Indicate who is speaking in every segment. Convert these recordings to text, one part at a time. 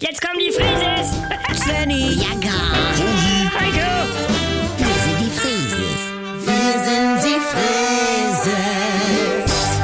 Speaker 1: Jetzt kommen die Frises!
Speaker 2: Svenny,
Speaker 3: Ja, gar.
Speaker 1: Heiko!
Speaker 3: Wir sind die Frieses. Wir sind die Frieses.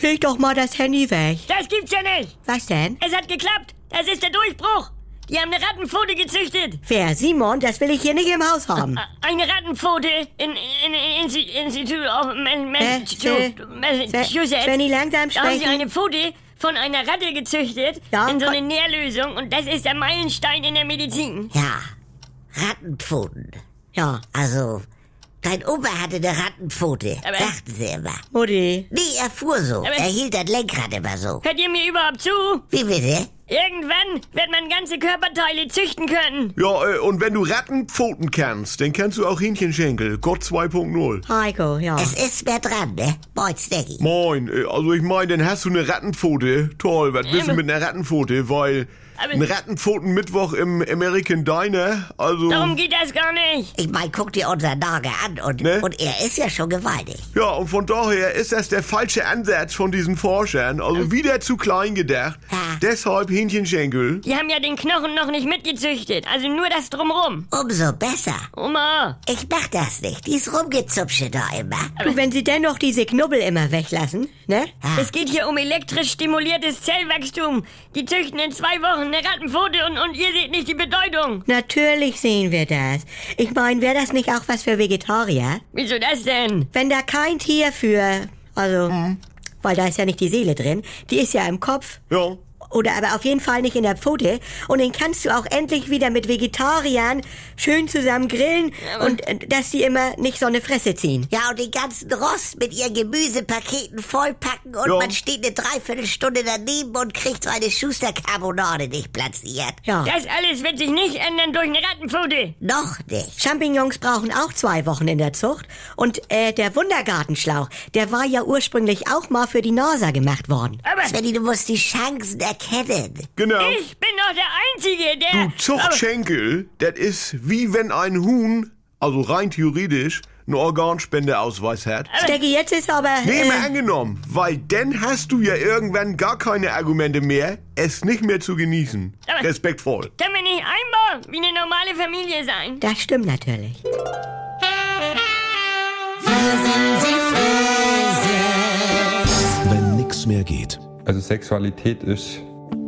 Speaker 2: leg doch mal das Handy weg.
Speaker 1: Das gibt's ja nicht!
Speaker 2: Was denn?
Speaker 1: Es hat geklappt! Das ist der Durchbruch! Die haben eine Rattenpfote gezüchtet!
Speaker 2: Wer, Simon? Das will ich hier nicht im Haus haben.
Speaker 1: A- Eine Rattenpfote in, in, in Insti- Institut of Ma-
Speaker 2: Äh,
Speaker 1: Massachusetts.
Speaker 2: äh, Sven- Svenny, langsam
Speaker 1: Da haben sie
Speaker 2: sprechen.
Speaker 1: eine Pfote von einer Ratte gezüchtet
Speaker 2: Ja,
Speaker 1: in so
Speaker 2: ko-
Speaker 1: eine Nährlösung und das ist der Meilenstein in der Medizin.
Speaker 3: Ja, Rattenpfoten.
Speaker 2: Ja,
Speaker 3: Also, dein Opa hatte eine Rattenpfote,
Speaker 1: Aber-
Speaker 3: sagten sie immer.
Speaker 2: Mutti.
Speaker 3: Nee, er fuhr so.
Speaker 1: Aber-
Speaker 3: er hielt das Lenkrad immer so.
Speaker 1: Hört ihr mir überhaupt zu?
Speaker 3: Wie bitte?
Speaker 1: Irgendwann wird man ganze Körperteile züchten können.
Speaker 4: Ja, äh, und wenn du Rattenpfoten kannst, dann kannst du auch Hähnchenschenkel. Gott 2.0.
Speaker 2: Heiko, ja.
Speaker 3: Es ist mehr dran, ne? Moin, Snaggy.
Speaker 4: Moin, äh, also ich meine, dann hast du eine Rattenpfote. Toll, was willst du mit einer Rattenpfote? Weil
Speaker 1: Aber-
Speaker 4: ein Rattenpfoten-Mittwoch im American Diner, also...
Speaker 1: Darum geht das gar nicht.
Speaker 3: Ich mein, guck dir unser Nager an und,
Speaker 4: Ne?
Speaker 3: und er ist ja schon gewaltig.
Speaker 4: Ja, und von daher ist das der falsche Ansatz von diesen Forschern. Also wieder zu klein gedacht.
Speaker 3: Ja.
Speaker 4: Deshalb Hähnchenschenkel.
Speaker 1: Die haben ja den Knochen noch nicht mitgezüchtet, also nur das drumrum.
Speaker 3: Umso besser.
Speaker 1: Oma,
Speaker 3: Ich mach das nicht. Die ist rumgezupsche da immer.
Speaker 2: Du, wenn sie dennoch diese Knubbel immer weglassen, ne?
Speaker 3: Ah,
Speaker 1: es geht hier um elektrisch stimuliertes Zellwachstum. Die züchten in zwei Wochen eine Rattenpfote und, und ihr seht nicht die Bedeutung.
Speaker 2: Natürlich sehen wir das. Ich meine, wäre das nicht auch was für Vegetarier?
Speaker 1: Wieso das denn?
Speaker 2: Wenn da kein Tier für, also,
Speaker 3: Hm.
Speaker 2: weil da ist ja nicht die Seele drin, die ist ja im Kopf.
Speaker 4: Ja.
Speaker 2: Oder aber auf jeden Fall nicht in der Pfote. Und den kannst du auch endlich wieder mit Vegetariern schön zusammen grillen und äh, dass die immer nicht so eine Fresse ziehen.
Speaker 3: Ja, und den ganzen Rost mit ihren Gemüsepaketen vollpacken und
Speaker 4: Ja.
Speaker 3: man steht eine Dreiviertelstunde daneben und kriegt seine Schusterkarbonade nicht platziert.
Speaker 2: Ja.
Speaker 1: Das alles wird sich nicht ändern durch eine Rattenpfote.
Speaker 3: Noch nicht.
Speaker 2: Champignons brauchen auch zwei Wochen in der Zucht. Und äh, der Wundergartenschlauch, der war ja ursprünglich auch mal für die NASA gemacht worden.
Speaker 1: Aber
Speaker 3: Svenny, du musst die Chancen erkennen.
Speaker 4: Genau.
Speaker 1: ich bin doch der Einzige, der...
Speaker 4: Du Zuchtschenkel, das ist wie wenn ein Huhn, also rein theoretisch, einen Organspendeausweis hat.
Speaker 2: Stecke, jetzt ist aber...
Speaker 4: Nee, mal
Speaker 2: Äh,
Speaker 4: angenommen, weil dann hast du ja irgendwann gar keine Argumente mehr, es nicht mehr zu genießen.
Speaker 1: Aber-
Speaker 4: Respektvoll.
Speaker 1: Können wir nicht einmal wie eine normale Familie sein?
Speaker 2: das stimmt natürlich.
Speaker 5: Wenn nichts mehr geht.
Speaker 6: Also Sexualität ist